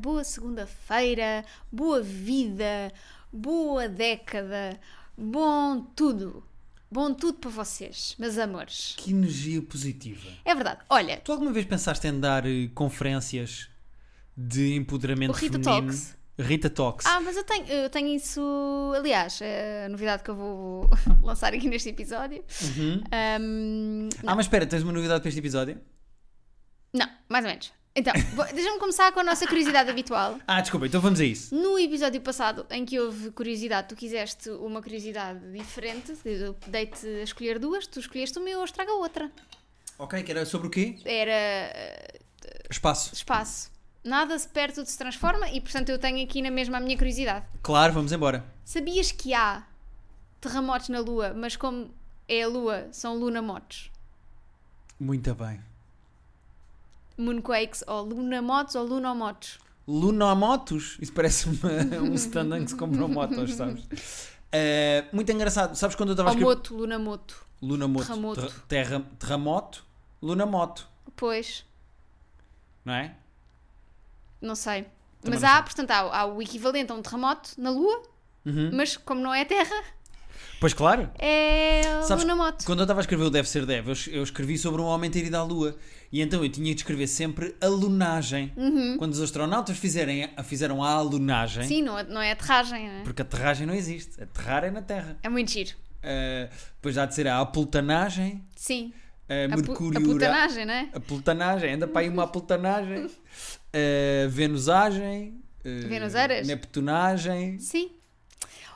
boa segunda-feira, boa vida, boa década, bom tudo. Bom tudo para vocês, meus amores. Que energia positiva. É verdade. Olha, Tu alguma vez pensaste em dar eh, conferências de empoderamento O Rita feminino? Talks. Rita Talks. Ah, mas eu tenho, eu tenho isso. Aliás, é a novidade que eu vou lançar aqui neste episódio. Ahm, Ah, mas espera, tens uma novidade para este episódio? não, mais ou menos. Então, vou- deixa-me começar com a nossa curiosidade habitual. Ah, desculpa, então vamos a isso. No episódio passado, em que houve curiosidade, tu quiseste uma curiosidade diferente, eu dei-te a escolher duas, tu escolheste uma e eu estraga outra. Ok, que era sobre o quê? Era eh, Espaço. espaço. Nada se perde, tudo se transforma e, portanto, eu tenho aqui na mesma a minha curiosidade. Claro, vamos embora. Sabias que há terremotos na Lua, mas como é a Lua, são lunamotos? Muito bem. Moonquakes ou lunamotos ou lunomotos? Lunomotos? Isso parece uma- um stand em que se compram motos, sabes? Eh, muito engraçado. Sabes quando eu estava a Ou escrever... moto, lunamoto. Lunamoto. Terramoto. Ter- Terra, terramoto. Lunamoto. Pois, Não é? não sei. Também mas não há, sei. portanto, há, há o equivalente a um terremoto na Lua, Uhum. mas como não é Terra, Pois claro. é Sabes, lunamoto. Quando eu estava a escrever o Deve Ser Deve, eu, es- eu escrevi sobre um homem ter ido à Lua. E então eu tinha de escrever sempre alunagem. Quando os astronautas fizerem, a- fizeram a alunagem, Uhum. Sim, não é, não é aterragem, não é? porque aterragem não existe. Aterrar é na Terra. É muito giro. Ah, depois há de ser a apoltanagem, Sim. ah, A, pu- a mercúrio... A putanagem, não é? apoltanagem, ainda para aí uma apoltanagem. Ah, venusagem. ah, Venusaras? Neptunagem. Sim.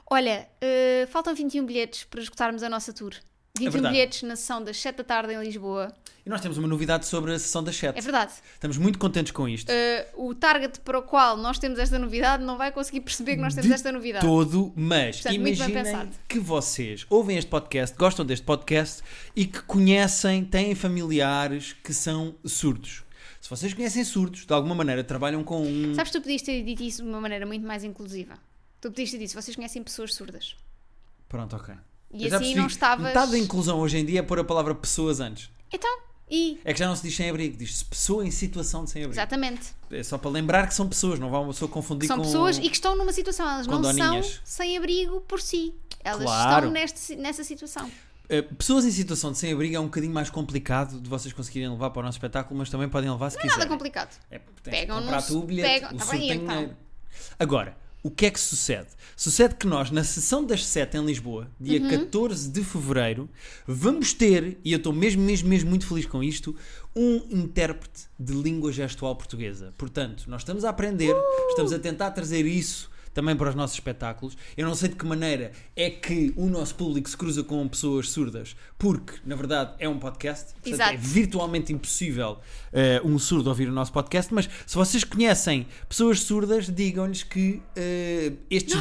Olha, eh, faltam 21 bilhetes para escutarmos a nossa tour. 21 É verdade. bilhetes na sessão das 7 da tarde em Lisboa. E nós temos uma novidade sobre a sessão das sete. É verdade. Estamos muito contentes com isto. Eh, o target para o qual nós temos esta novidade não vai conseguir perceber que nós temos De esta novidade. todo, mas Portanto, muito bem imaginem pensado. que vocês ouvem este podcast, gostam deste podcast e que conhecem, têm familiares que são surdos. Se vocês conhecem surdos, de alguma maneira trabalham com um. Sabes, tu podias ter dito isso de uma maneira muito mais inclusiva. Tu podias ter dito, vocês conhecem pessoas surdas. Pronto, ok. E Eu já assim percebi, não estavas- Metade da inclusão hoje em dia é pôr a palavra pessoas antes. Então, e. É que já não se diz sem-abrigo, diz-se pessoa em situação de sem-abrigo. Exatamente. É só para lembrar que são pessoas, não vá uma pessoa Que confundir são com. pessoas e que estão numa situação. Elas com não doninhas. são sem abrigo por si. Elas Claro. estão neste, nessa situação. Uh, pessoas em situação de sem-abrigo é um bocadinho mais complicado de vocês conseguirem levar para o nosso espetáculo, mas também podem levar se quiserem. Nada complicado. É, tens que Pegam comprar num- tu o bilhete, pegam- o tá surdo bem, tem então. dinheiro. Agora, o que é que sucede? Sucede que nós, na sessão das 7 em Lisboa, dia Uhum. 14 de fevereiro, vamos ter, e eu estou mesmo, mesmo, mesmo muito feliz com isto, um intérprete de língua gestual portuguesa. Portanto, nós estamos a aprender, Uh! estamos a tentar trazer isso também para os nossos espetáculos. Eu não sei de que maneira é que o nosso público se cruza com pessoas surdas, porque, na verdade, é um podcast, portanto, Exato. é virtualmente impossível eh, um surdo ouvir o nosso podcast, mas se vocês conhecem pessoas surdas, digam-lhes que eh, estes.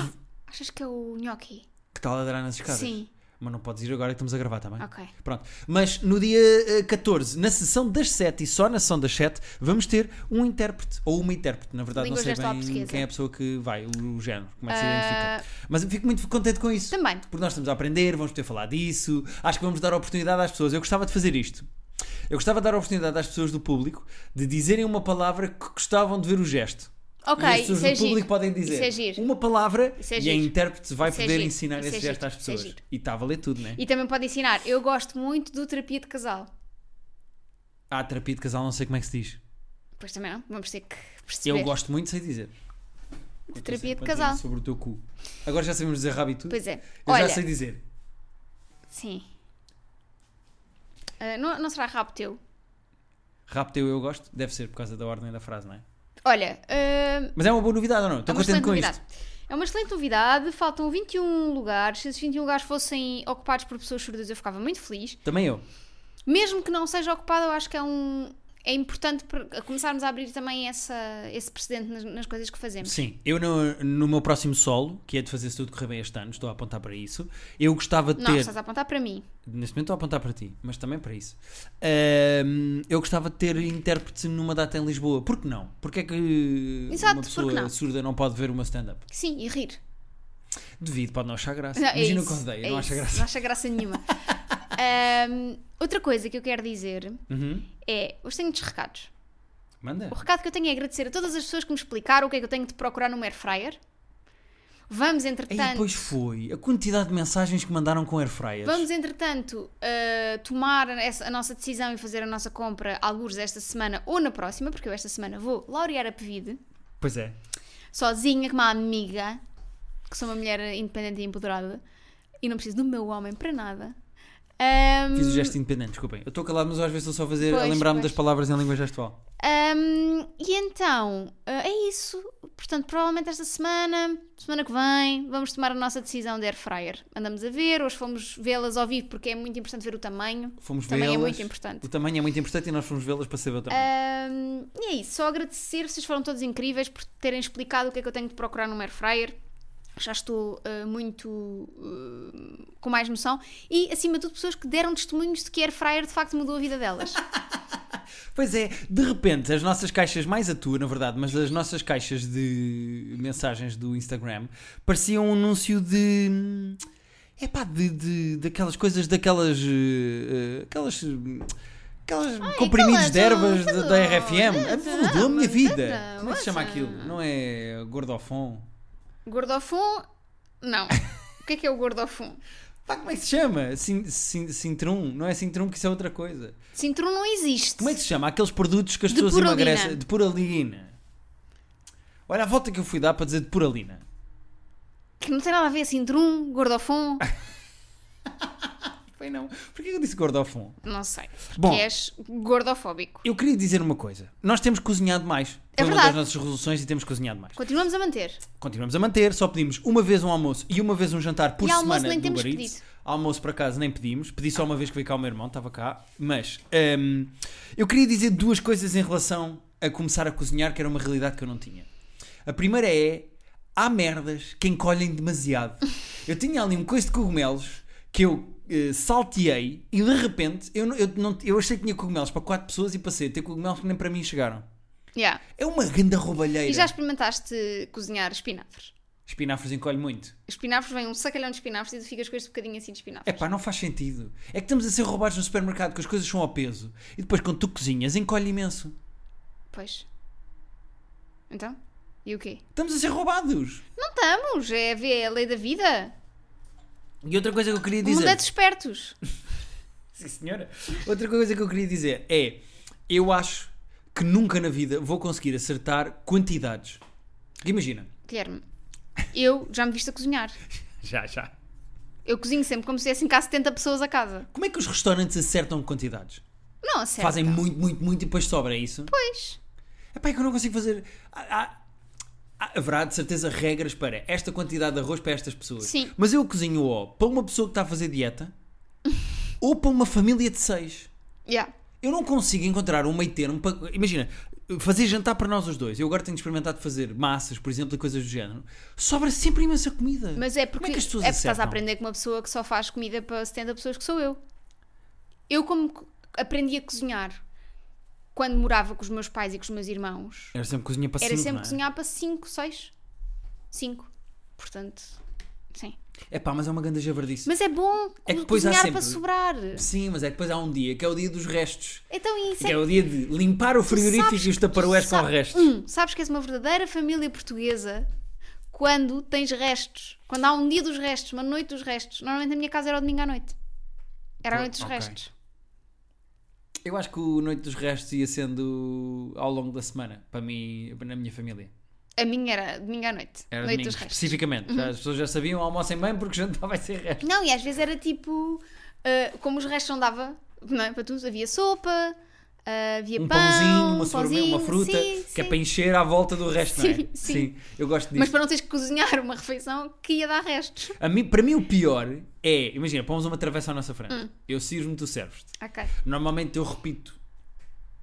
Achas que é o gnocchi? que tal a ladrar nas escadas? Sim. Mas não podes ir agora que estamos a gravar também. Ok. Pronto. Mas no dia eh, 14, na sessão das 7 e só na sessão das 7, vamos ter um intérprete, ou uma intérprete, na verdade, Língua gestual não sei bem portuguesa. quem é a pessoa que vai, o, o género, como é que se Ah. identifica. Mas eu fico muito contente com isso. Também. Porque nós estamos a aprender, vamos poder falar disso, acho que vamos dar oportunidade às pessoas. Eu gostava de fazer isto. Eu gostava de dar oportunidade às pessoas do público de dizerem uma palavra que gostavam de ver o gesto. Ok, e as pessoas isso é do público giro. podem dizer Isso é giro. uma palavra Isso é e a giro. intérprete vai Isso é poder giro. ensinar Isso esse é gesto giro. às Isso é pessoas. giro. e está a valer tudo, né? E também pode ensinar. Eu gosto muito do terapia de casal. Há terapia de casal, não sei como é que se diz. Pois também não, vamos ter que perceber. Eu gosto muito, sei dizer. de é terapia de Quando dizem casal. Sobre o teu cu. Agora já sabemos dizer rabo e tudo. Pois é. Eu Olha, já sei dizer. sim. Ah, não, não será rabo teu? Rabo teu eu gosto. Deve ser por causa da ordem da frase, não é? Olha, ah, Mas é uma boa novidade ou não? Estou é uma contente excelente com novidade. isto. É uma excelente novidade. Faltam 21 lugares. Se esses 21 lugares fossem ocupados por pessoas surdas, eu ficava muito feliz. Também eu. Mesmo que não seja ocupado, eu acho que é um. É importante para- começarmos a abrir também essa, esse precedente nas, nas coisas que fazemos. Sim, eu no, no meu próximo solo, que é de fazer se tudo correr bem este ano, estou a apontar para isso. Eu gostava de Não, ter. estás a apontar para mim. Neste momento estou a apontar para ti, mas também para isso. Ahm, eu gostava de ter intérprete numa data em Lisboa. Por que não? Porque é que Exato, uma por que não? pessoa surda não pode ver uma stand-up? Sim, e rir. Devido, pode não achar graça. Não, é Imagina isso, o que eu odeio, é não acha isso, graça. Não acha graça nenhuma. Ahm, outra coisa que eu quero dizer Uhum. é: hoje tenho muitos recados. Manda. O recado que eu tenho é agradecer a todas as pessoas que me explicaram o que é que eu tenho de procurar num air fryer. Vamos, Aí entretanto, depois foi. A quantidade de mensagens que mandaram com airfryers. vamos, entretanto uh, tomar essa- a nossa decisão e fazer a nossa compra alguns esta semana ou na próxima, porque eu esta semana vou laurear a Pevide, Pois é. sozinha com uma amiga, que sou uma mulher independente e empoderada, e não preciso do meu homem para nada. Ahm, Fiz o gesto independente, desculpem. Eu estou calado, mas às vezes estou só a fazer a Pois, lembrar-me pois. das palavras em língua gestual. Ahm, e então, ah, é isso. Portanto, provavelmente esta semana, semana que vem, vamos tomar a nossa decisão de air fryer. Andamos a ver, hoje fomos vê-las ao vivo porque é muito importante ver o tamanho. Fomos Também é vê-las. muito importante. O tamanho é muito importante e nós fomos vê-las para saber o tamanho. Ahm, e é isso, só agradecer, vocês foram todos incríveis por terem explicado o que é que eu tenho de procurar num air fryer. Já estou ah, muito ah, com mais noção. E, acima de tudo, pessoas que deram testemunhos de que air fryer de facto mudou a vida delas. Pois é, de repente, as nossas caixas, mais a tua, na verdade, mas as nossas caixas de mensagens do Instagram pareciam um anúncio de. É pá, de, de, daquelas coisas, daquelas. eh, eh, aquelas. eh, Aquelas comprimidos aquelas, de ervas ah, da, da aquelas, RFM. ah, Mudou a minha ah, vida. ah, Como é que se chama ouça. aquilo? Não é gordofon? Gordofum? Não. O que é que é o gordofum? Pá, como é que se chama? Sin- sin- Sintrum? Não é Sintrum, que isso é outra coisa. Sintrum não existe. Como é que se chama? Aqueles produtos que as De pessoas puralina. emagrecem. De puralina. Olha a volta que eu fui dar para dizer de puralina. Que não tem nada a ver, sintrum, gordofon, Foi não. Porquê que eu disse gordofon? não sei. Porque Bom. és gordofóbico. Eu queria dizer uma coisa. Nós temos cozinhado mais. É Foi uma das verdade. nossas resoluções e temos cozinhado mais. Continuamos a manter. Continuamos a manter, só pedimos uma vez um almoço e uma vez um jantar por E almoço semana nem do temos Uber Eats. pedido. Almoço para casa nem pedimos. Pedi só uma vez que veio cá o meu irmão, estava cá. Mas hum, eu queria dizer duas coisas em relação a começar a cozinhar, que era uma realidade que eu não tinha. A primeira é: há merdas que encolhem demasiado. Eu tinha ali um coice de cogumelos que eu eh, salteei e de repente eu, não- eu, não, eu achei que tinha cogumelos para quatro pessoas e passei a ter cogumelos que nem para mim chegaram. Yeah. É uma grande roubalheira. E já experimentaste cozinhar espinafres? Espinafres encolhe muito. Espinafres vem um sacalhão de espinafres e tu ficas com este bocadinho assim de É espinafres. pá, não faz sentido. É que estamos a ser roubados no supermercado, que as coisas são ao peso. E depois, quando tu cozinhas, encolhe imenso. É. Pois. Então? E o quê? Estamos a ser roubados. Não estamos! É a, ver- é a lei da vida. E outra coisa que eu queria O mundo é dizer. de espertos. Sim, senhora. Outra coisa que eu queria dizer é: eu acho que nunca na vida vou conseguir acertar quantidades. Imagina. Guilherme, eu já me viste a cozinhar. Já, já. Eu cozinho sempre como se tivessem cá 70 pessoas a casa. Como é que os restaurantes acertam quantidades? Não, a sério. Fazem muito, muito, muito e depois sobra, é isso? Pois. Epá, é que eu não consigo fazer. Há- há- há- haverá de certeza regras para esta quantidade de arroz para estas pessoas. Sim. Mas eu cozinho ou para uma pessoa que está a fazer dieta ou para uma família de seis. Yeah. Eu não consigo encontrar um meio termo para. Imagina, fazer jantar para nós os dois. Eu agora tenho experimentado fazer massas, por exemplo, e coisas do género. Sobra sempre imensa comida. Mas é Como porque, é que as é pessoas porque estás a acertam? aprender com uma pessoa que só faz comida para 70 pessoas, que sou eu. Eu, como co- aprendi a cozinhar quando morava com os meus pais e com os meus irmãos, Era sempre cozinha para era cinco, sempre não é? cozinhar para 5, 6, 5. Portanto, sim. É pá, mas é uma grande javardice. Mas é bom É que co- depois há cozinhar sempre- para sobrar. Sim, mas é que depois há um dia que é o dia dos restos. Então isso Que é é. o dia de limpar o frigorífico sabes e os que- taparoés tu com sa- restos. Um, sabes que és uma verdadeira família portuguesa quando tens restos. Quando há um dia dos restos, uma noite dos restos. Normalmente na minha casa era o domingo à noite. Era a Pois, noite dos ok. restos. Eu acho que o Noite dos Restos ia sendo ao longo da semana, para mim, na minha família. A minha era domingo à noite. Era noite domingo, dos restos. Uhum. especificamente. Já as pessoas já sabiam, almocem bem porque jantar vai ser resto. Não, e às vezes era tipo. ah, como os restos não dava não é, para tudo, havia sopa, ah, havia Um pão, pãozinho, uma um sobremesa, pãozinho, uma fruta, sim, que é sim. para encher à volta do resto, não é? Sim, sim. eu gosto disso. Mas para não teres que cozinhar uma refeição que ia dar restos. A mim- para mim o pior é, imagina, pomos uma travessa à nossa frente. Hum. Eu sirvo-me, tu serves-te. Ok. Normalmente eu repito,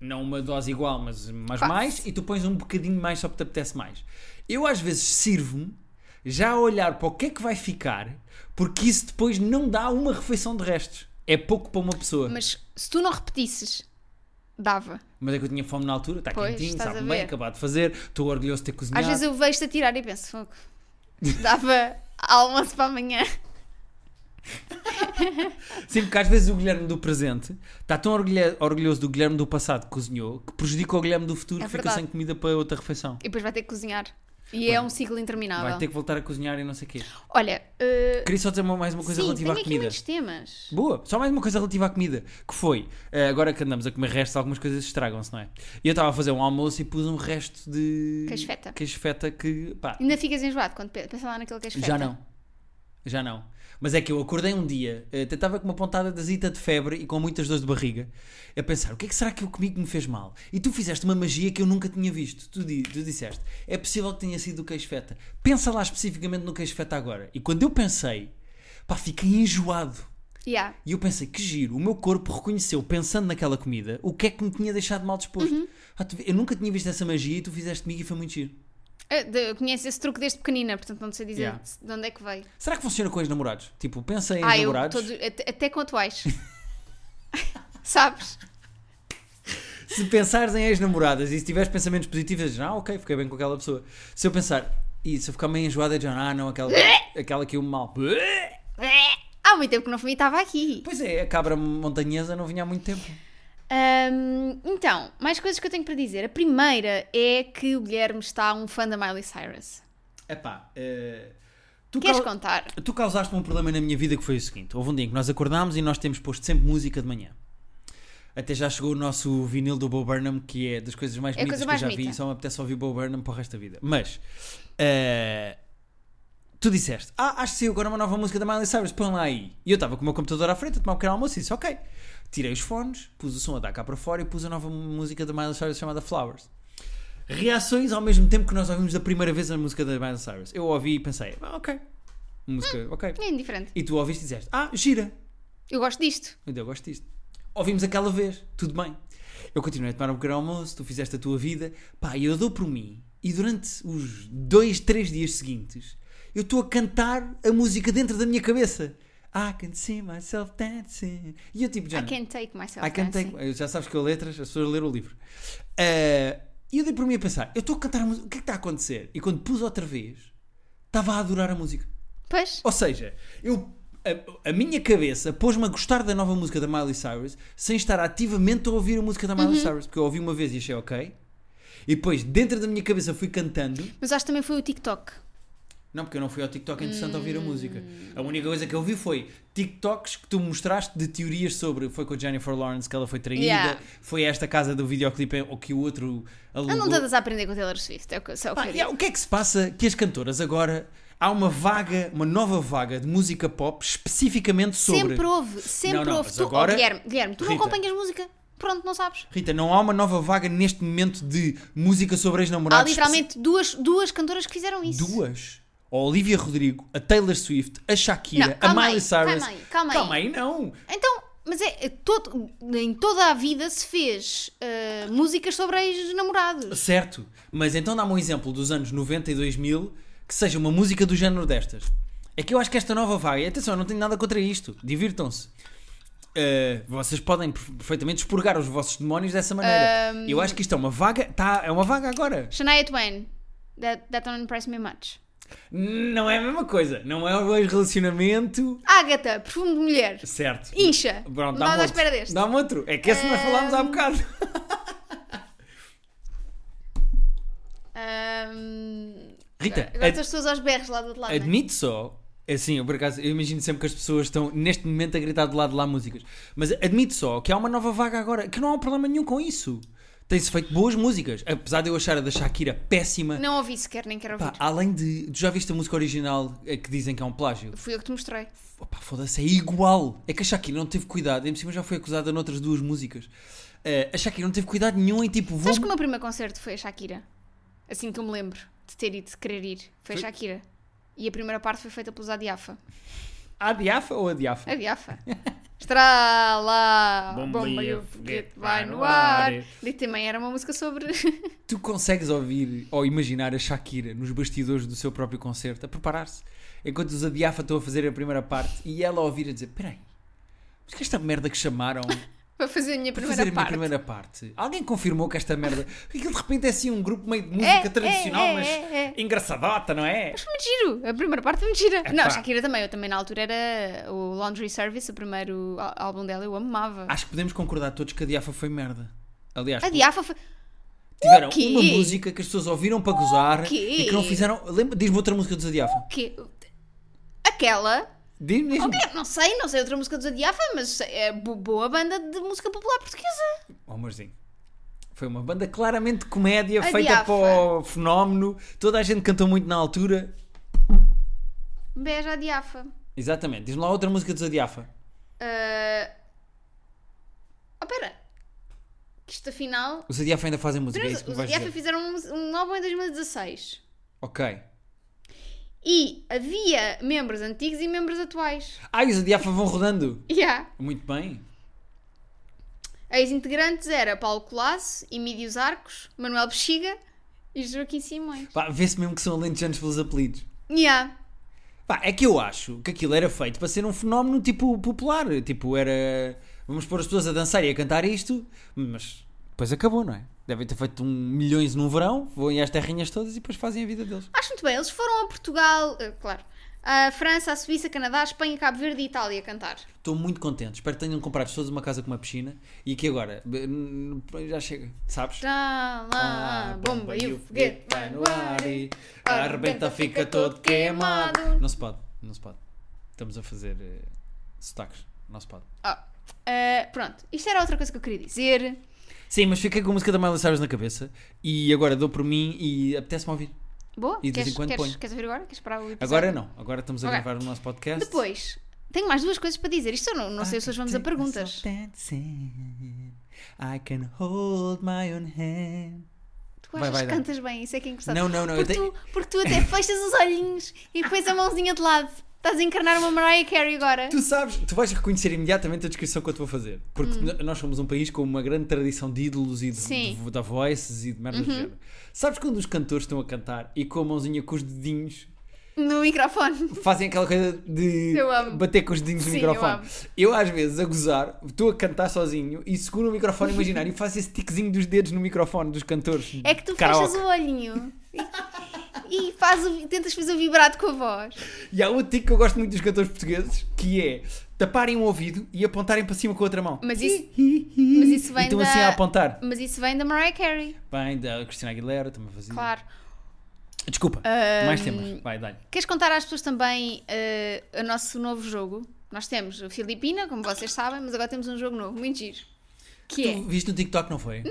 não uma dose igual, mas, mas Quase. mais, e tu pões um bocadinho mais só porque te apetece mais. Eu às vezes sirvo-me já a olhar para o que é que vai ficar, porque isso depois não dá uma refeição de restos. É pouco para uma pessoa. Mas, Mas se tu não repetisses, dava. é que eu tinha fome na altura, está Pois, quentinho, estás sabe a bem, ver. acabado de fazer, estou orgulhoso de ter cozinhado. Às vezes eu vejo-te a tirar e penso, fogo. Dava almoço para amanhã. Sim, porque às vezes o Guilherme do presente está tão orgulha- orgulhoso do Guilherme do passado que cozinhou que prejudica o Guilherme do É futuro que fica verdade. sem comida para outra refeição. E depois vai ter que cozinhar. E é um ciclo interminável. Vai ter que voltar a cozinhar e não sei o quê. Olha, uh, Queria só dizer uma- mais uma coisa sim, relativa tenho à aqui comida. muitos temas. Boa, só mais uma coisa relativa à comida, que foi, eh, agora que andamos a comer restos, algumas coisas estragam-se, não é? E eu estava a fazer um almoço e pus um resto de... Casfeta. Casfeta que, pá, Ainda ficas enjoado quando pe- pensa lá naquele queijo já feta. não. Já não. Mas é que eu acordei um dia, eh, até estava com uma pontada de zita de febre e com muitas dores de barriga, a pensar, o que é que será que eu comi que me fez mal? E tu fizeste uma magia que eu nunca tinha visto. Tu, di- tu disseste, é possível que tenha sido o queijo feta. Pensa lá especificamente no queijo feta agora. E quando eu pensei, pá, fiquei enjoado. Yeah. E eu pensei, que giro, o meu corpo reconheceu, pensando naquela comida, o que é que me tinha deixado mal disposto. Uhum. Ah, tu- eu nunca tinha visto essa magia e tu fizeste comigo e foi muito giro. Eu, Ah, de- eu conheço esse truque desde pequenina, portanto não sei dizer Yeah. de de onde é que veio. Será que funciona com ex-namorados? Tipo, pensa em ah, eu namorados. todos- até, até com atuais. Sabes? Se pensares em ex-namoradas e se tiveres pensamentos positivos, dizes, ah, ok, fiquei bem com aquela pessoa. Se eu pensar, e se eu ficar meio enjoada, dizes, ah, não, aquela, aquela que eu mal. Há muito tempo que não vomitava aqui. Pois é, a cabra montanhesa não vinha há muito tempo. Ahm, então, mais coisas que eu tenho para dizer. A primeira é que o Guilherme está um fã da Miley Cyrus. Epá, eh, tu Queres cau- contar? Tu causaste um problema na minha vida que foi o seguinte: houve um dia em que nós acordámos e nós temos posto sempre música de manhã. Até já chegou o nosso vinil do Bo Burnham, que é das coisas mais É a coisa bonitas que eu mais já vi, e bonita. só me apetece ouvir Bo Burnham para o resto da vida. Mas eh, tu disseste: Ah, acho que saiu agora uma nova música da Miley Cyrus, põe lá aí. E eu estava com o meu computador à frente a tomar um pequeno almoço e disse: Ok. Tirei os fones, pus o som a dar cá para fora e pus a nova música da Miley Cyrus chamada Flowers reações ao mesmo tempo que nós ouvimos da primeira vez a música da Miley Cyrus. Eu ouvi e pensei, ah, ok, música, ok. É indiferente. E tu ouviste e disseste, ah, gira, Eu gosto disto. eu, digo, eu gosto disto. Ouvimos aquela vez, tudo bem. Eu continuei a tomar um pequeno almoço, tu fizeste a tua vida, pá, e eu dou por mim. E durante os dois, três dias seguintes, eu estou a cantar a música dentro da minha cabeça. I can see myself dancing. E eu tipo, já. I can't take myself. I can dancing. take. eu- Já sabes que eu letras, as pessoas ler o livro. Eh, E eu dei por mim a pensar: eu estou a cantar a música, o que é que está a acontecer? E quando pus outra vez, estava a adorar a música. Pois, Ou seja, eu, a, a minha cabeça pôs-me a gostar da nova música da Miley Cyrus sem estar ativamente a ouvir a música da Uhum. Miley Cyrus, porque eu ouvi uma vez e achei ok. E depois, dentro da minha cabeça, fui cantando. mas acho que também foi o TikTok. Não, porque eu não fui ao TikTok interessante a ouvir a Hum. música. A única coisa que eu vi foi TikToks que tu me mostraste de teorias sobre. Foi com a Jennifer Lawrence que ela foi traída, Yeah. foi esta casa do videoclipe ou que o outro alugou. Andam todas a aprender com o Taylor Swift. É o que, é o que Pá, eu e digo. há- o que é que se passa que as cantoras agora. Há uma vaga, uma nova vaga de música pop especificamente sobre. Sempre houve, sempre Não, não, houve. mas Tu, oh, agora- Guilherme, Guilherme, tu Rita. não acompanhas música. Pronto, não sabes. Rita, não há uma nova vaga neste momento de música sobre Há ex-namorados. literalmente duas, duas cantoras que fizeram isso. Duas. A Olivia Rodrigo, a Taylor Swift, a Shakira, Não, calma a Miley aí, Cyrus. calma aí, calma aí. Calma aí, não. Então, mas é, é todo, em toda a vida se fez eh, músicas sobre ex-namorados. Certo, mas então dá-me um exemplo dos anos 90 e 2000 que seja uma música do género destas. É que eu acho que esta nova vaga, e atenção, eu não tenho nada contra isto, divirtam-se. Uh, vocês podem per- perfeitamente expurgar os vossos demónios dessa maneira. Eu acho que isto é uma vaga, tá, é uma vaga agora. Shania Twain, that, that don't impress me much. Não é a mesma coisa, não é o ex-relacionamento. Ágata, perfume de mulher. Certo. Incha. Pronto, não à dá-me outro. espera deste. Dá-me outro. É que esse nós falámos há bocado. Ahm, Rita, é- agora ad- as pessoas aos berros lá do outro lado. não é? Admito só, assim, eu por acaso, eu imagino sempre que as pessoas estão neste momento a gritar de lado de lá músicas, mas admito só que há uma nova vaga agora, que não há problema nenhum com isso. Tem-se feito boas músicas, apesar de eu achar a da Shakira péssima. Não ouvi sequer, nem quero ouvir. Pá, além de. Tu já viste a música original eh, que dizem que é um plágio? Fui eu que te mostrei. Opa, foda-se, é igual. É que a Shakira não teve cuidado, em cima já foi acusada noutras duas músicas. Eh, a Shakira não teve cuidado nenhum em tipo. Vou... Sabes que o meu primeiro concerto foi a Shakira? Assim que eu me lembro de ter ido, de querer ir. Foi a Foi? Shakira. E a primeira parte foi feita pelos Adiafa. A Diafa ou a Diafa? A Diafa. Estrala, Bomba bomba e e o o foguete foguete vai no ar. E também era uma música sobre... Tu consegues ouvir ou imaginar a Shakira nos bastidores do seu próprio concerto a preparar-se, enquanto os é Adiafa estão a fazer a primeira parte e ela a ouvir a dizer: Peraí, mas que esta merda que chamaram para fazer a minha Para primeira fazer a minha parte. primeira parte, alguém confirmou que esta merda. Aquilo de repente é assim um grupo meio de música é, tradicional, é, mas é, engraçadota, não é? Mas foi muito giro, a primeira parte foi muito gira. Epá. Não, Shakira também, eu também na altura era o Laundry Service, o primeiro á- álbum dela, eu amava. Acho que podemos concordar todos que a Diafa foi merda. Aliás, A Diafa foi. tiveram o quê? uma música que as pessoas ouviram para gozar O quê? e que não fizeram. Lembra? Diz-me outra música dos Adiafa. Que... Aquela. Diz-me, diz-me. Ok, não sei, não sei outra música dos Adiafa, mas é bo- boa banda de música popular portuguesa. Oh, amorzinho. Foi uma banda claramente de comédia, A feita Diafa. para o fenómeno. Toda a gente cantou muito na altura. Beijo à Diafa. Exatamente. Diz-me lá outra música dos Adiafa. Ah, Oh, pera. Que isto afinal. Os Adiafa ainda fazem música, é Os isso que me vais dizer. Adiafa fizeram um, um álbum em 2016. Ok. E havia membros antigos e membros atuais. Ah, e os Adiafa vão rodando. Yeah. Muito bem. Ex-integrantes era Paulo Colasso, Emídios Arcos, Manuel Bexiga e Joaquim Simões. Pá, vê-se mesmo que são alentejanos pelos apelidos. Yeah. Pá, é que eu acho que aquilo era feito para ser um fenómeno tipo popular. Tipo, era. Vamos pôr as pessoas a dançar e a cantar isto, mas depois acabou, não é? Devem ter feito um milhões num verão, vão às terrinhas todas e depois fazem a vida deles. Acho muito bem, eles foram a Portugal, eh, claro, a França, a Suíça, Canadá, a Espanha, Cabo Verde e Itália a cantar. Estou muito contente. Espero que tenham comprado todos uma casa com uma piscina e que agora b- n- n- já chega, sabes? Tá Ah, lá, a bomba e o foguete vai no ar e... arrebenta, fica todo queimado. Não se pode, não se pode. Estamos a fazer eh, sotaques, não se pode. Ah, eh, pronto, isto era outra coisa que eu queria dizer. Sim, mas fiquei com a música da Miley Cyrus na cabeça e agora dou por mim e apetece-me ouvir. Boa? E de vez queres, em quando queres, ponho. queres ouvir agora? Queres esperar o episódio? Agora não, agora estamos a Ok. gravar o nosso podcast. Depois, tenho mais duas coisas para dizer. Isto eu não, não sei Ah, se hoje vamos a perguntas. I can hold my own hand. Tu Vai, achas vai, que dá. cantas bem, isso é que é engraçado. Não, não, não, eu Porque, tenho- tu, porque tu até fechas os olhinhos e pões a mãozinha de lado. Estás a encarnar uma Mariah Carey agora. Tu sabes, tu vais reconhecer imediatamente a descrição que eu te vou fazer. Porque no- nós somos um país com uma grande tradição de ídolos e de, Hum. Sim. Uhum. de, da voices e de merdas do género. Sabes quando os cantores estão a cantar e com a mãozinha com os dedinhos No microfone. fazem aquela coisa de Eu amo. bater com os dedinhos no Sim, eu microfone. amo. Eu, às vezes a gozar, estou a cantar sozinho e seguro o microfone imaginário e faço esse tiquezinho dos dedos no microfone dos cantores. É que tu de karaoke. fechas o olhinho e, e faz o- tentas fazer o vibrato com a voz. E há outro tico que eu gosto muito dos cantores portugueses que é taparem um ouvido e apontarem para cima com a outra mão. Mas isso- mas isso vem Então da- assim a apontar. Mas isso vem da Mariah Carey, Bem, da Cristina Aguilera também fazia. claro. Desculpa, mais temas. Vai, dá-lhe. Queres contar às pessoas também eh, o nosso novo jogo? Nós temos o Filipina, como vocês sabem, mas agora temos um jogo novo, muito giro. Que é. Tu viste no TikTok, não foi?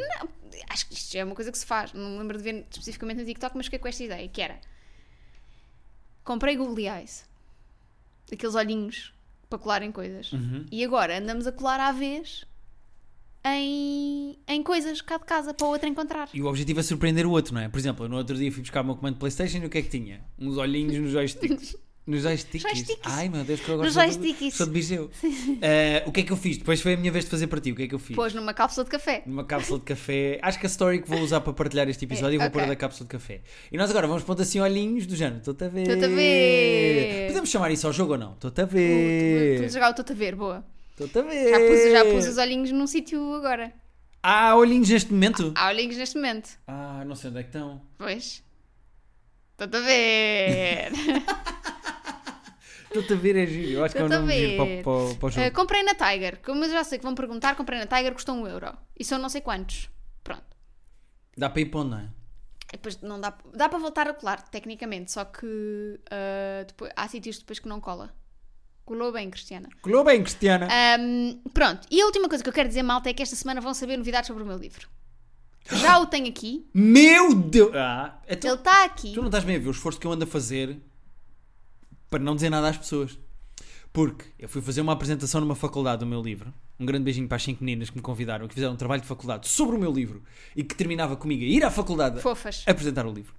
acho que isto já é uma coisa que se faz. Não me lembro de ver especificamente no TikTok, mas fiquei com esta ideia, que era comprei Google Eyes, aqueles olhinhos para colarem coisas. E agora andamos a colar à vez em, em coisas cá de casa para o outro encontrar. E o objetivo é surpreender o outro, não é? Por exemplo, eu no outro dia fui buscar o meu comando de Playstation e o que é que tinha? Uns olhinhos nos joysticks. Nos joysticks? Joysticks. Ai meu Deus, que eu Nos agora sou de, joysticks. sou de Viseu. Ah, o que é que eu fiz? Depois foi a minha vez de fazer para ti. O que é que eu fiz? Pôs numa cápsula de café. Numa cápsula de café. Acho que a story que vou usar para partilhar este episódio eu vou É, ok. pôr a da cápsula de café. E nós agora vamos pôr assim olhinhos do género. Estou-te a ver. Estou-te a ver. Podemos chamar isso ao jogo ou não? Estou-te a Estou a ver. jogar o Toto a ver, boa. Estou-te a ver. Já pus, já pus os olhinhos num sítio agora. Há olhinhos neste momento? Há olhinhos neste momento. Ah, não sei onde é que estão. Pois. Estou a ver. Estou-te a ver é giro. Eu acho que é um Estou-te a nome giro para, ver. para, para o jogo. Uh, comprei na Tiger. Como eu já sei que vão perguntar, comprei na Tiger, custou um euro. E são não sei quantos. Pronto. Dá para ir para onde, não é? E Depois não dá, dá para voltar a colar, tecnicamente, só que uh, depois, há sítios depois que não cola. Colou bem, é Cristiana. Colou bem, é Cristiana. Um, pronto, e a última coisa que eu quero dizer, malta, é que esta semana vão saber novidades sobre o meu livro. Já o tenho aqui, Meu Deus! Ah, é tu, ele está aqui. tu não estás bem a ver o esforço que eu ando a fazer para não dizer nada às pessoas. Porque eu fui fazer uma apresentação numa faculdade do meu livro. Um grande beijinho para as cinco meninas que me convidaram, que fizeram um trabalho de faculdade sobre o meu livro e que terminava comigo a ir à faculdade Fofas. apresentar o livro.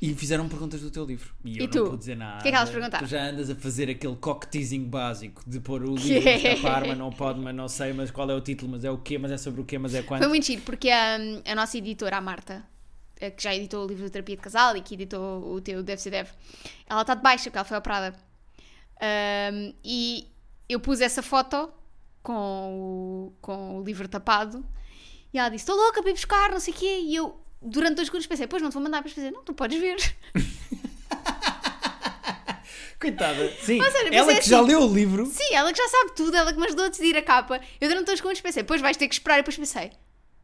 E fizeram perguntas do teu livro. E, eu E tu? não vou dizer nada. O que é que elas perguntaram? Tu já andas a fazer aquele cock-teasing básico de pôr o Que- é? livro a escapar, mas não pode, mas não sei, mas qual é o título, mas é o quê, mas é sobre o quê, mas é quando. Foi muito giro, porque um, a nossa editora, a Marta, eh, que já editou o livro de terapia de casal e que editou o teu Deve Ser Deve, ela está de baixa porque ela foi operada. Um, e eu pus essa foto com o, com o livro tapado. E ela disse: Estou louca para ir buscar, não sei o quê. E eu, durante dois segundos, pensei: Pois não te vou mandar. Depois pensei: Não, tu podes ver. Coitada. Sim, Mas olha, mas ela é que já assim. leu o livro. Sim, ela que já sabe tudo, ela que me ajudou a decidir a capa. Eu durante dois segundos pensei: Pois vais ter que esperar. E depois pensei: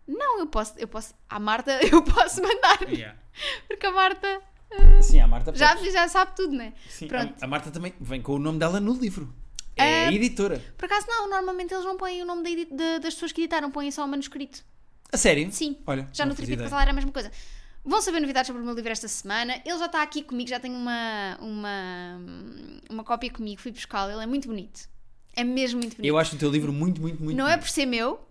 Não, eu posso, eu posso, à Marta, eu posso mandar. Porque a Marta Sim, a Marta já, Pérez. já sabe tudo, né? Sim, é. Pronto. a, a Marta também vem com o nome dela no livro. É Ah. editora. Por acaso não, normalmente eles não põem o nome da edi- de- das pessoas que editaram, põem só o manuscrito. A sério? Sim. Olha, Já não no fazia Tripito ideia. Casal era a mesma coisa. Vão saber novidades sobre o meu livro esta semana. Ele já está aqui comigo, já tenho uma, uma, uma cópia comigo, fui buscá-lo. Ele é muito bonito. É mesmo muito bonito. Eu acho o teu livro muito, muito, muito. não é bonito. por ser meu,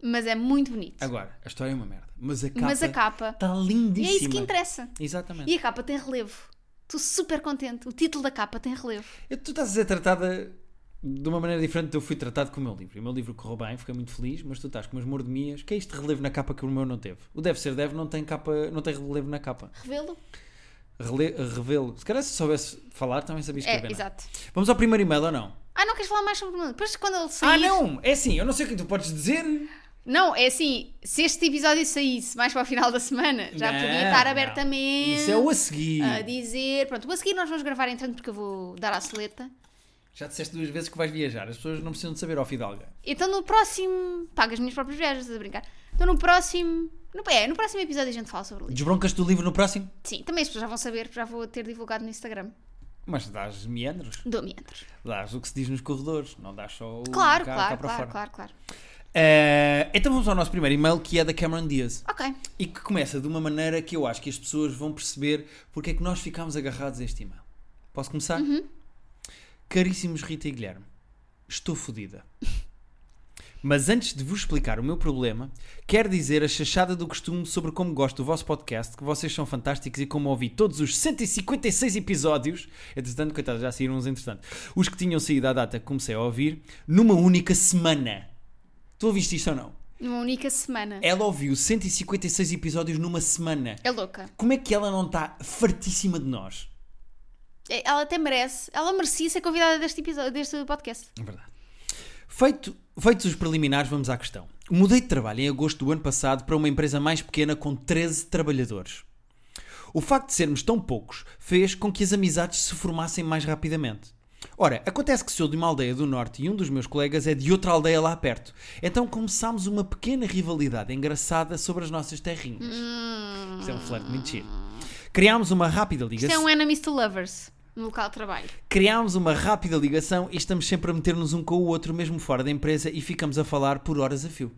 mas é muito bonito. Agora, a história é uma merda. Mas a capa. mas a capa. Está E lindíssima. é isso que interessa. Exatamente. E a capa tem relevo. Estou super contente. O título da capa tem relevo. Eu- Tu estás a ser tratada de uma maneira diferente do que eu fui tratado com o meu livro. E O meu livro correu bem, fiquei muito feliz, mas tu estás com umas mordomias. Que é este relevo na capa que o meu não teve? O Deve Ser Deve não tem, capa, não tem relevo na capa. Revelo? Rele, revelo. Se calhar se soubesse falar, também sabia É, escrever. não? exato. Vamos ao primeiro e-mail ou não? Ah, não queres falar mais sobre o meu livro? Depois quando ele sair... Ah, não! É assim, eu não sei o que tu podes dizer. Não, é assim, se este episódio saísse mais para o final da semana, já Não, podia estar não. abertamente Ah, Isso é o a seguir. a dizer. Pronto, o a seguir nós vamos gravar entrando porque eu vou dar à soleta. Já disseste duas vezes que vais viajar. As pessoas não precisam de saber, ó Fidalga. Então no próximo. Pago as minhas próprias viagens, estás a brincar. Então no próximo. No, é, no próximo episódio a gente fala sobre o livro. Desbroncas do livro no próximo? Sim, também as pessoas já vão saber, porque já vou ter divulgado no Instagram. Mas dás meandros. Dou-me entre. Dás o que se diz nos corredores. Não dás só o Claro, Uh, cá, cá claro, para fora. claro, claro, claro. Eh, então vamos ao nosso primeiro e-mail que é da Cameron Diaz Ok. e que começa de uma maneira que eu acho que as pessoas vão perceber porque é que nós ficámos agarrados a este e-mail. Posso começar? Caríssimos Rita e Guilherme, estou fodida. Mas antes de vos explicar o meu problema, quero dizer a chachada do costume sobre como gosto do vosso podcast, que vocês são fantásticos e como ouvi todos os 156 episódios, entretanto, coitados, já saíram uns entretanto, os que tinham saído à data que comecei a ouvir, numa única semana. Tu ouviste isto ou não? Numa única semana. Ela ouviu 156 episódios numa semana. É louca. Como é que ela não está fartíssima de nós? É, Ela até merece. Ela merecia ser convidada deste episódio, deste podcast. É verdade. Feito, feitos os preliminares, vamos à questão. Mudei de trabalho em agosto do ano passado para uma empresa mais pequena com 13 trabalhadores. O facto de sermos tão poucos fez com que as amizades se formassem mais rapidamente. Ora, acontece que sou de uma aldeia do norte e um dos meus colegas é de outra aldeia lá perto. Então começámos uma pequena rivalidade engraçada sobre as nossas terrinhas. Isto é um flerte muito giro. Criámos uma rápida ligação. Hum, Isto é um Enemies to Lovers no local de trabalho. Criámos uma rápida ligação e estamos sempre a meter-nos um com o outro, mesmo fora da empresa, e ficamos a falar por horas a fio.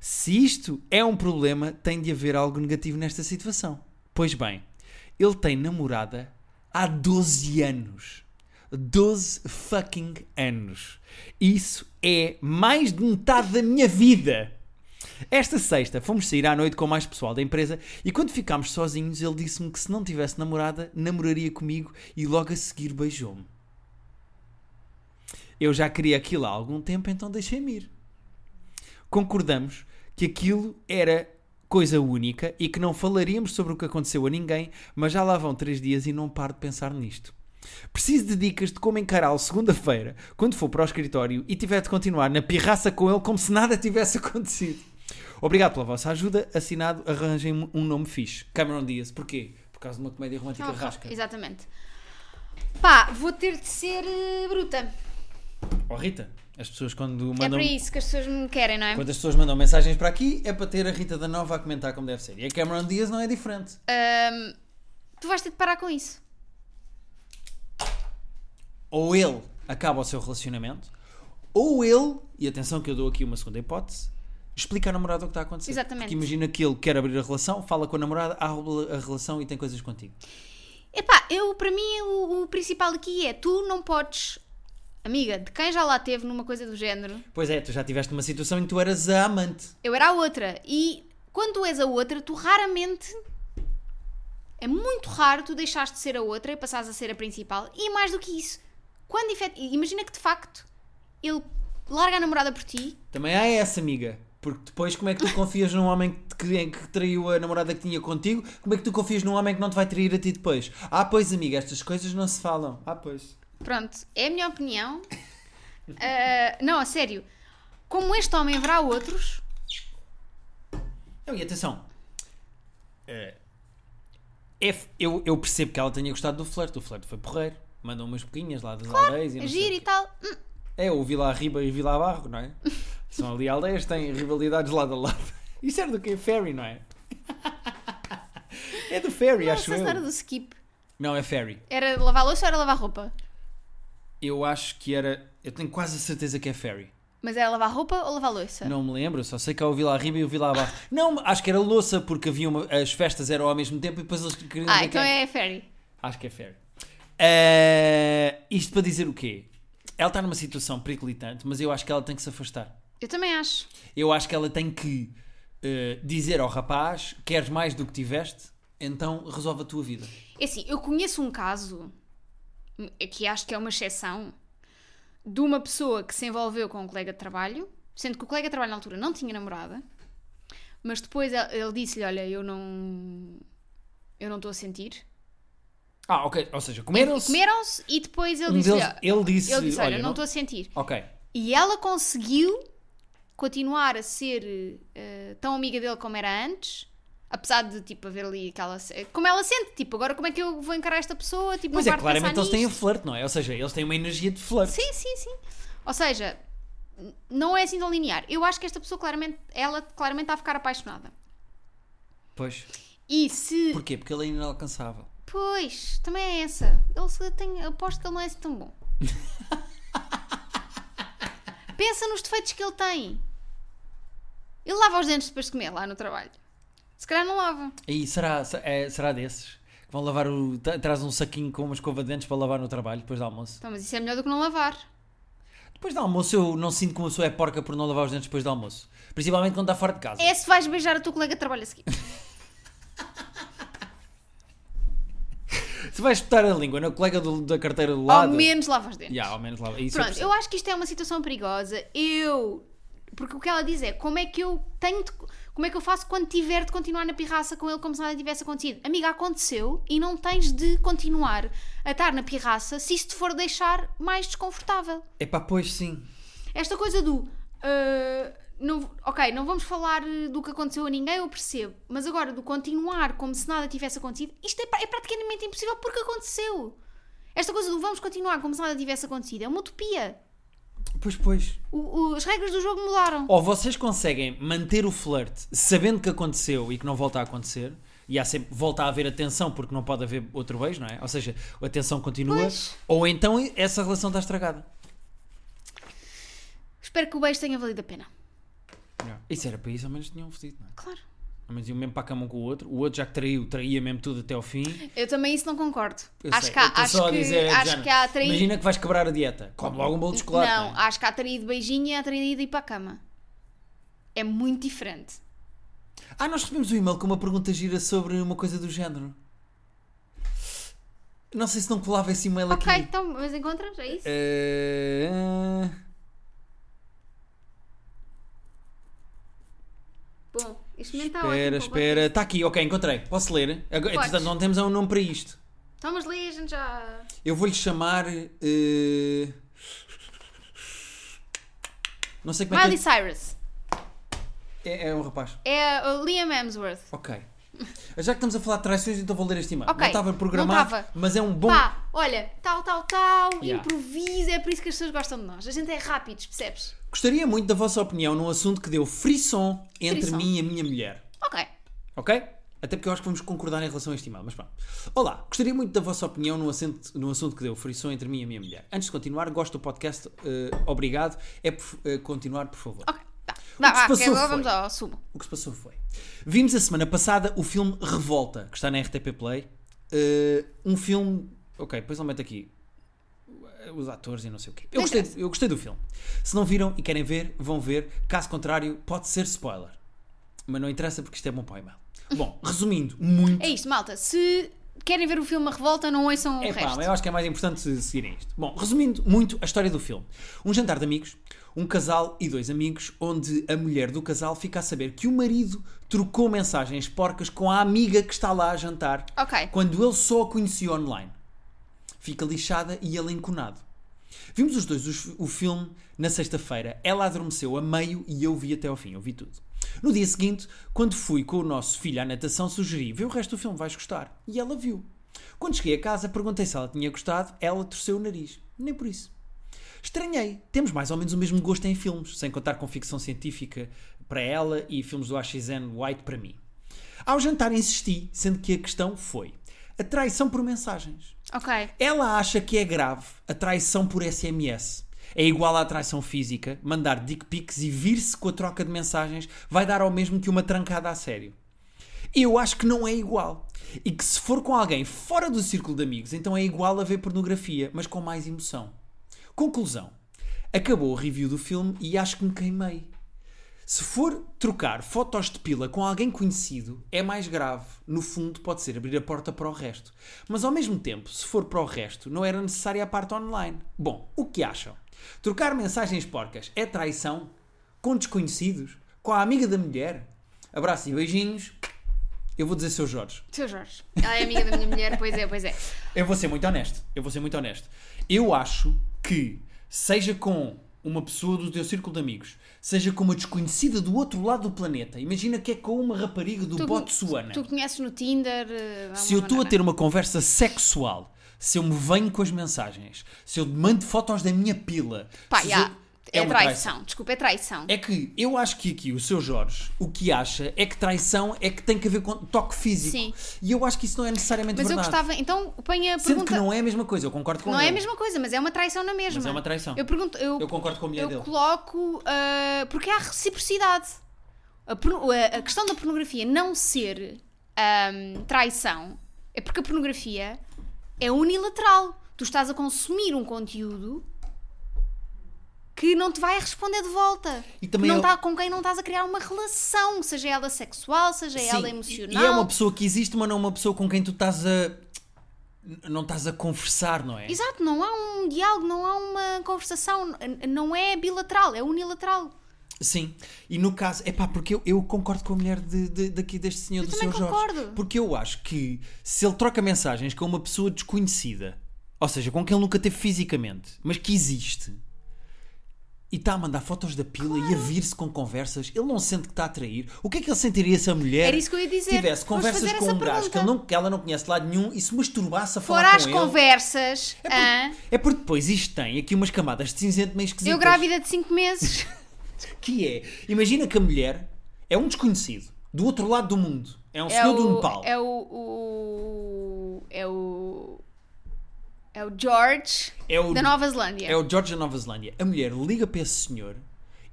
Se isto é um problema, tem de haver algo negativo nesta situação. Pois bem, ele tem namorada há 12 anos. 12 fucking anos. Isso é mais de metade da minha vida. Esta sexta fomos sair à noite com mais pessoal da empresa e quando ficámos sozinhos ele disse-me que se não tivesse namorada, namoraria comigo e logo a seguir beijou-me. Eu já queria aquilo há algum tempo, então deixei-me ir. Concordamos que aquilo era coisa única e que não falaríamos sobre o que aconteceu a ninguém, mas já lá vão três dias e não paro de pensar nisto. Preciso de dicas de como encará-lo segunda-feira, quando for para o escritório e tiver de continuar na pirraça com ele como se nada tivesse acontecido. Obrigado pela vossa ajuda. Assinado, arranjem-me um nome fixe. Cameron Diaz. Porquê? Por causa de uma comédia romântica Não, Tipo rasca. Exatamente. Pá, vou ter de ser eh, bruta. Oh, Rita, as pessoas quando é mandam... para isso que as pessoas me querem, não é? um- Quando as pessoas mandam mensagens para aqui, é para ter a Rita da Nova a comentar como deve ser. E a Cameron Diaz não é diferente. Ahm, tu vais ter de parar com isso. Ou ele acaba o seu relacionamento, ou ele, e atenção que eu dou aqui uma segunda hipótese, explica à namorada o que está a acontecer. Exatamente. Porque imagina que ele quer abrir a relação, fala com a namorada, abre a relação e tem coisas contigo. Epá, eu, para mim, o, o principal aqui é tu não podes. Amiga, de quem já lá teve numa coisa do género, Pois é, tu já tiveste uma situação em que tu eras a amante. eu era a outra. E quando tu és a outra, tu raramente. É muito raro tu deixares de ser a outra e passares a ser a principal. E mais do que isso, quando efet... imagina que de facto ele larga a namorada por ti Também há essa, amiga. Porque depois, como é que tu confias num homem que, te- que- que traiu a namorada que tinha contigo? Como é que tu confias num homem que não te vai trair a ti depois? Ah, pois, amiga, estas coisas não se falam. Ah, pois. Pronto, é a minha opinião. Ah, não, a sério. Como este homem haverá outros, Não, e atenção. É, é f- eu, eu percebo que ela tenha gostado do flerte. O flerte foi porreiro. Mandou umas boquinhas lá das aldeias e não sei o agir e quê. tal. Hum, É, o Vila Riba e Vila Barro, não é? São ali aldeias, têm rivalidades lado a lado. Isso era do que? Ferry, não é? É do Ferry, Não, acho sei se eu. não era do skip. Não, é Ferry. Era lavar louça ou era lavar roupa? Eu acho que era. Eu tenho quase a certeza que é Ferry. Mas era lavar roupa ou lavar louça? Não me lembro, só sei que há o Vila Riba e o Vila Barro. Não, acho que era louça, porque havia uma- as festas eram ao mesmo tempo e depois eles queriam. Ah, ver então quem- é ferry. Acho que é fair. Eh, isto para dizer o quê? Ela está numa situação periclitante, mas eu acho que ela tem que se afastar. Eu também acho. Eu acho que ela tem que eh, dizer ao rapaz: queres mais do que tiveste, então resolve a tua vida. É assim, eu conheço um caso hum, que acho que é uma exceção de uma pessoa que se envolveu com um colega de trabalho, sendo que o colega de trabalho na altura não tinha namorada, mas depois ele, ele disse-lhe: Olha, eu não. Eu não estou a sentir. Ah, ok. Ou seja, comeram-se. Comeram-se e depois ele um disse-lhe: deles, ele disse: ele disse, Olha, olha, não estou a sentir. Ok. E ela conseguiu continuar a ser eh, tão amiga dele como era antes, apesar de tipo haver ali aquela. se- Como ela sente, tipo, agora como é que eu vou encarar esta pessoa? Tipo, Pois não é, paro de pensar claramente eles têm o nisto. flerte, não é? Ou seja, eles têm uma energia de flerte. Sim, sim, sim. Ou seja, n- não é assim tão linear. Eu acho que esta pessoa claramente, ela claramente está a ficar apaixonada. Pois. E se. Porquê? Porque ele é inalcançável. Pois, também é essa. Ele se tem, aposto que ele não é assim tão bom. Pensa nos defeitos que ele tem. Ele lava os dentes depois de comer lá no trabalho. Se calhar não lava. E será, se- é, será desses? Que vão lavar o. tra- Traz um saquinho com uma escova de dentes para lavar no trabalho depois do almoço? Então, mas isso é melhor do que não lavar. Depois do almoço eu não sinto que uma pessoa é porca por não lavar os dentes depois do almoço. Principalmente quando está fora de casa. É se vais beijar o teu colega de trabalho a seguir. Se vais espetar a língua no colega do- da carteira do Ao lado... menos lava os dentes. Ya, ao menos lava. Isso eu Pronto, percebo. eu acho que isto é uma situação perigosa. Eu. Porque o que ela diz é como é que eu tenho. de- como é que eu faço quando tiver de continuar na pirraça com ele como se nada tivesse acontecido? Amiga, aconteceu e não tens de continuar a estar na pirraça se isto te for deixar mais desconfortável. Epá, pois sim. Esta coisa do. ah, não- ok, não vamos falar eh, do que aconteceu a ninguém, eu percebo. Mas agora, do continuar como se nada tivesse acontecido, isto é, pra- é praticamente impossível porque aconteceu. Esta coisa do vamos continuar como se nada tivesse acontecido é uma utopia. Pois, pois. O- o- as regras do jogo mudaram. Ou vocês conseguem manter o flerte sabendo que aconteceu e que não volta a acontecer... E há sempre, volta a haver atenção porque não pode haver outro beijo, não é? Ou seja, a atenção continua. Pois. Ou então essa relação está estragada. Espero que o beijo tenha valido a pena. Isso era para isso, ao menos tinham fodido, não é? Claro. Ao menos iam mesmo para a cama um com o outro. O outro já que traiu, traía mesmo tudo até ao fim. Eu também isso não concordo. Eu acho sei, que há, eu tô acho só a que, dizer, é do acho género, que há traído. Imagina que vais quebrar a dieta. Come logo um bolo de chocolate. não, não é? acho que há traído beijinho e há traído ir para a cama. É muito diferente. Ah, nós recebemos um e-mail com uma pergunta gira sobre uma coisa do género. Não sei se não colava esse e-mail ok, aqui. Ah, então, mas encontras? É isso? Eh, Bom, este momento está Espera, ótimo. para o espera. Está aqui, ok, encontrei. Posso ler? Agora, Podes. entretanto, não temos um nome para isto. bate. Então, mas lê, a gente já. Eu vou-lhe chamar. eh, Não sei como é Miley que Cyrus. é. É, é um rapaz. É o Liam Hemsworth. Ok. Já que estamos a falar de traições, então vou ler este e-mail. Ok, Não estava não programado, estava. mas é um bom. Pá, olha, tal, tal, tal, Yeah. improvisa, é por isso que as pessoas gostam de nós. A gente é rápidos, percebes? Gostaria muito da vossa opinião num assunto que deu frisson entre Frisson. mim e a minha mulher. Ok. Ok? Até porque eu acho que vamos concordar em relação a este e-mail, mas pronto. Olá, gostaria muito da vossa opinião num assunto, num assunto que deu frisson entre mim e a minha mulher. Antes de continuar, gosto do podcast, eh, obrigado. É por, eh, continuar, por favor. Ok, tá. Vá, que se vá, que passou agora foi- vamos ao sumo. O que se passou foi. Vimos a semana passada o filme Revolta, que está na RTP Play. Eh, um filme. Ok, depois ele mete aqui eh, os atores e não sei o quê. Eu Não gostei, eu gostei do filme. Se não viram e querem ver, vão ver. Caso contrário, pode ser spoiler. Mas não interessa porque isto é bom para o e-mail. Bom, resumindo, muito. É isto, malta. Se querem ver o filme A Revolta, não ouçam o É resto. pá, eu acho que é mais importante se- seguirem isto. Bom, resumindo muito a história do filme. Um jantar de amigos, um casal e dois amigos, onde a mulher do casal fica a saber que o marido trocou mensagens porcas com a amiga que está lá a jantar, Ok. quando ele só a conhecia online. Fica lixada e ele enconado. Vimos os dois os- o filme na sexta-feira. Ela adormeceu a meio e eu vi até ao fim, eu vi tudo. No dia seguinte, quando fui com o nosso filho à natação, sugeri: vê o resto do filme, vais gostar. E ela viu. Quando cheguei a casa, perguntei se ela tinha gostado, ela torceu o nariz. Nem por isso. Estranhei. Temos mais ou menos o mesmo gosto em filmes, sem contar com ficção científica para ela e filmes do AXN White para mim. Ao jantar insisti, sendo que a questão foi a traição por mensagens. Ok. Ela acha que é grave a traição por SMS. É igual à traição física, mandar dick pics e vir-se com a troca de mensagens vai dar ao mesmo que uma trancada a sério. Eu acho que não é igual. E que se for com alguém fora do círculo de amigos, então é igual a ver pornografia, mas com mais emoção. Conclusão. Acabou o review do filme e acho que me queimei. Se for trocar fotos de pila com alguém conhecido, é mais grave. No fundo, pode ser abrir a porta para o resto. Mas ao mesmo tempo, se for para o resto, não era necessária a parte online. Bom, o que acham? Trocar mensagens porcas é traição? Com desconhecidos? Com a amiga da mulher? Abraço e beijinhos. Eu vou dizer seu Jorge. Seu Jorge. Ela é amiga da minha mulher, pois é, pois é. Eu vou ser muito honesto. Eu vou ser muito honesto. Eu acho que, seja com uma pessoa do teu círculo de amigos, seja com uma desconhecida do outro lado do planeta, imagina que é com uma rapariga do Botsuana. Tu conheces no Tinder. eh, se eu uma estou a banana. ter uma conversa sexual, se eu me venho com as mensagens, se eu mando fotos da minha pila, Pá, se já. eu- É, uma traição. Desculpa, é traição. É que eu acho que aqui o seu Jorge o que acha é que traição é que tem que haver com toque físico. Sim. E eu acho que isso não é necessariamente Mas eu verdade. gostava. Então, põe a Sendo pergunta. que não é a mesma coisa, eu concordo com Não ele. é a mesma coisa, mas é uma traição na mesma. Mas é uma traição. Eu pergunto, eu, Eu concordo com a mulher eu dele. coloco. ah, porque há reciprocidade. A, porno- a- a questão da pornografia não ser ahm, traição é porque a pornografia é unilateral. Tu estás a consumir um conteúdo que não te vai responder de volta. E também não é- tá- com quem não estás a criar uma relação, seja ela sexual, seja Sim, ela e- emocional. E é uma pessoa que existe, mas não uma pessoa com quem tu estás a. n- Não estás a conversar, não é? Exato, não há um diálogo, não há uma conversação, n- não é bilateral, é unilateral. Sim. E no caso, é pá, porque eu, eu concordo com a mulher de, de- daqui deste senhor Eu do também seu Jorge. concordo. Porque eu acho que se ele troca mensagens com uma pessoa desconhecida, ou seja, com quem ele nunca teve fisicamente, mas que existe. E está a mandar fotos da pila e a vir-se com conversas. Ele não sente que está a trair. O que é que ele sentiria se a mulher Era isso que eu ia dizer. Vamos tivesse conversas fazer com essa um gajo que, pergunta. ele não, que ela não conhece de lado nenhum e se masturbasse a Fora falar as com ele? conversas, hã? É porque depois isto tem aqui umas camadas de cinzento meio esquisitas. eu grávida de 5 meses, Que é, imagina que a mulher é um desconhecido, do outro lado do mundo. É um é senhor do o, Nepal. é o, o- é o é o George É o- da Nova Zelândia. É o George da Nova Zelândia. A mulher liga para esse senhor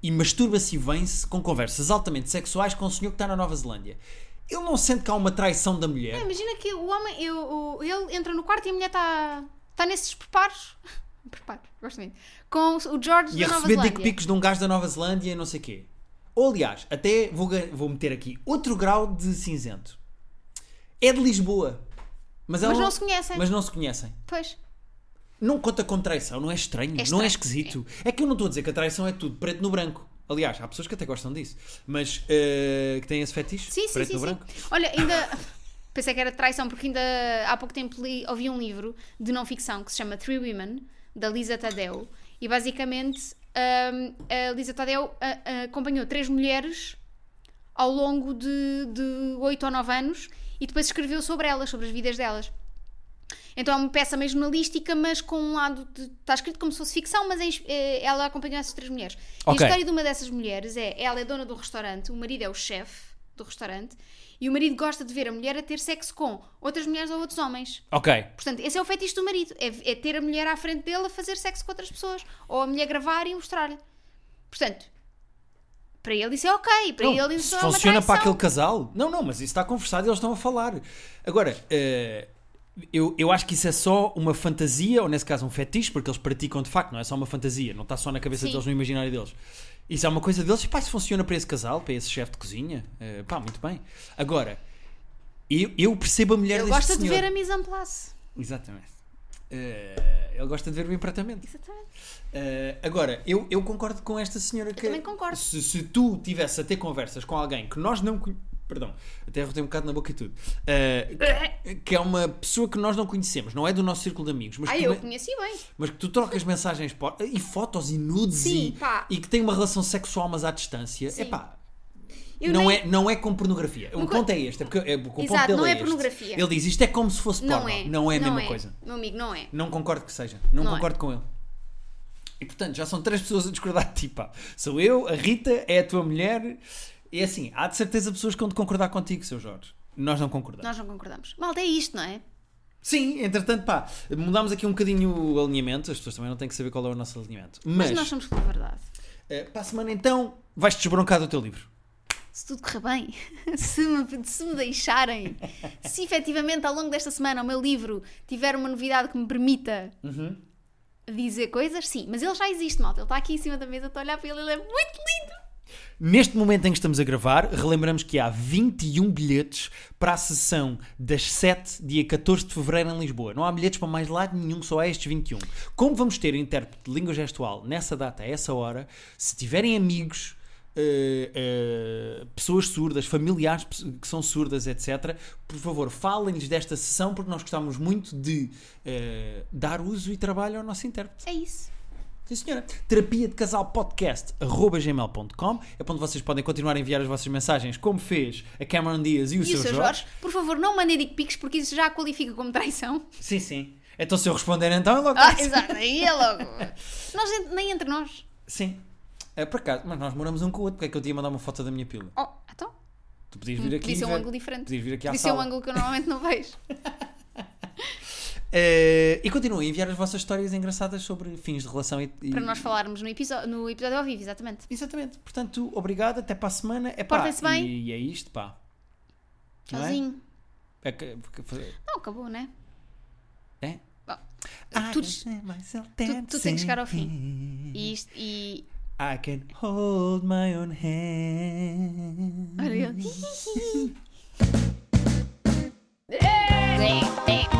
e masturba-se e vem-se com conversas altamente sexuais com o senhor que está na Nova Zelândia. Ele não sente que há uma traição da mulher. Imagina que o homem, eu, o- ele entra no quarto e a mulher está tá nesses preparos, preparo, gosto muito, com o George e a da Nova receber Zelândia. dick pics de um gajo da Nova Zelândia e não sei quê. Ou, aliás, até vou, ga- vou meter aqui outro grau de cinzento. É de Lisboa. Mas, ela Mas não se conhecem. Mas não se conhecem. Pois. Não conta com traição, não é estranho, não é estranho, esquisito. É. que eu não estou a dizer que a traição é tudo preto no branco. Aliás, há pessoas que até gostam disso, mas eh, que têm esse fetiche, Sim, sim, preto sim, no sim. branco. Olha, ainda. Pensei que era traição, porque ainda há pouco tempo li, ouvi um livro de não ficção que se chama Three Women, da Lisa Tadeu. E basicamente hum, a Lisa Tadeu ah, ah, acompanhou três mulheres ao longo de, de 8 ou 9 anos e depois escreveu sobre elas, sobre as vidas delas. Então é uma peça meio jornalística, mas com um lado. de- está escrito como se fosse ficção, mas é ins- eh, ela acompanhou essas três mulheres. E Ok. a história de uma dessas mulheres é: ela é dona de um restaurante, o marido é o chefe do restaurante, e o marido gosta de ver a mulher a ter sexo com outras mulheres ou outros homens. Ok, Portanto, esse é o fetiche do marido: é, é ter a mulher à frente dele a fazer sexo com outras pessoas, ou a mulher gravar e mostrar-lhe. Portanto, para ele isso é ok, para Não, ele se isso é uma funciona para traição. aquele casal. Não, não, mas isso está conversado e eles estão a falar. Agora, eh, eu, eu acho que isso é só uma fantasia, ou nesse caso um fetiche, porque eles praticam de facto, não é só uma fantasia, não está só na cabeça Sim. deles, no imaginário deles. Isso é uma coisa deles, e pá, se funciona para esse casal, para esse chefe de cozinha, eh, pá, muito bem. Agora, eu, eu percebo a mulher Ele deste gosta de senhor. ver a mise en place. Exatamente. Eh, ele gosta de ver bem praticamente. Exatamente. Eh, agora, eu, eu concordo com esta senhora que. também concordo. Se, se tu tivesse a ter conversas com alguém que nós não, con- Perdão, até rotei um bocado na boca e tudo. Uh, que é uma pessoa que nós não conhecemos, não é do nosso círculo de amigos, mas, Ah, que, eu me- conheci bem. mas que tu trocas mensagens po- e fotos e nudes Sim, e, pá. e que tem uma relação sexual, mas à distância. Sim. Epá, Eu não, nem- é, não é com pornografia. O Nunca- ponto é este. É porque, é, porque o Exato, ponto dele não é este. pornografia. Ele diz isto é como se fosse Não porno. é. Não é a Não mesma é. coisa. Meu amigo, não é. Não concordo que seja. Não, Não é. concordo com ele. E portanto, já são três pessoas a discordar de ti, pá. Sou eu, a Rita, é a tua mulher. E assim, há de certeza pessoas que vão concordar contigo, seu Jorge. Nós não concordamos. Nós não concordamos. Malta, é isto, não é? Sim, entretanto, pá, mudámos aqui um bocadinho o alinhamento. As pessoas também não têm que saber qual é o nosso alinhamento. Mas, Mas, nós somos pela verdade. eh, para a semana então, vais-te desbroncar do teu livro. Se tudo correr bem, se me, se me deixarem, se efetivamente ao longo desta semana o meu livro tiver uma novidade que me permita Uhum. dizer coisas, sim. Mas ele já existe, malta. Ele está aqui em cima da mesa, estou a olhar para ele, ele é muito lindo. Neste momento em que estamos a gravar, relembramos que há 21 bilhetes para a sessão das 7, dia 14 de fevereiro, em Lisboa. Não há bilhetes para mais lado nenhum, só há estes 21. Como vamos ter intérprete de língua gestual nessa data, a essa hora, se tiverem amigos. eh, eh, pessoas surdas, familiares pe- que são surdas, etc. Por favor, falem-lhes desta sessão porque nós gostávamos muito de eh, dar uso e trabalho ao nosso intérprete. É isso. Sim, senhora. Terapia de Casal Podcast, arroba gmail.com. É para onde vocês podem continuar a enviar as vossas mensagens, como fez a Cameron Dias e o, E seu o seu Jorge, por favor, não mandem dick pics porque isso já qualifica como traição. Sim, sim. Então, se eu responder, então é logo. Ah, exato, aí é logo. Nós, ent- nem entre nós. Sim. É por acaso, mas nós moramos um com o outro. Porque é que eu te ia mandar uma foto da minha pila? Oh, então, Tu podias vir aqui. podia e ser um ver- ângulo diferente. Podias vir aqui à Podia ser sala. um ângulo que eu normalmente não vejo. Eh, e continuem a enviar as vossas histórias engraçadas sobre fins de relação e. e- Para nós falarmos no episódio, no episódio ao vivo, exatamente. Exatamente. Portanto, obrigado. Até para a semana. É pá. Portem-se bem. E, e é isto, pá. Não é? Tchauzinho. É que- porque- Não, acabou, né? É? Ah, Bom, I tu- can see myself tu- tu tens que chegar ao dancing. E isto, e. I can hold my own hand. Olha ele.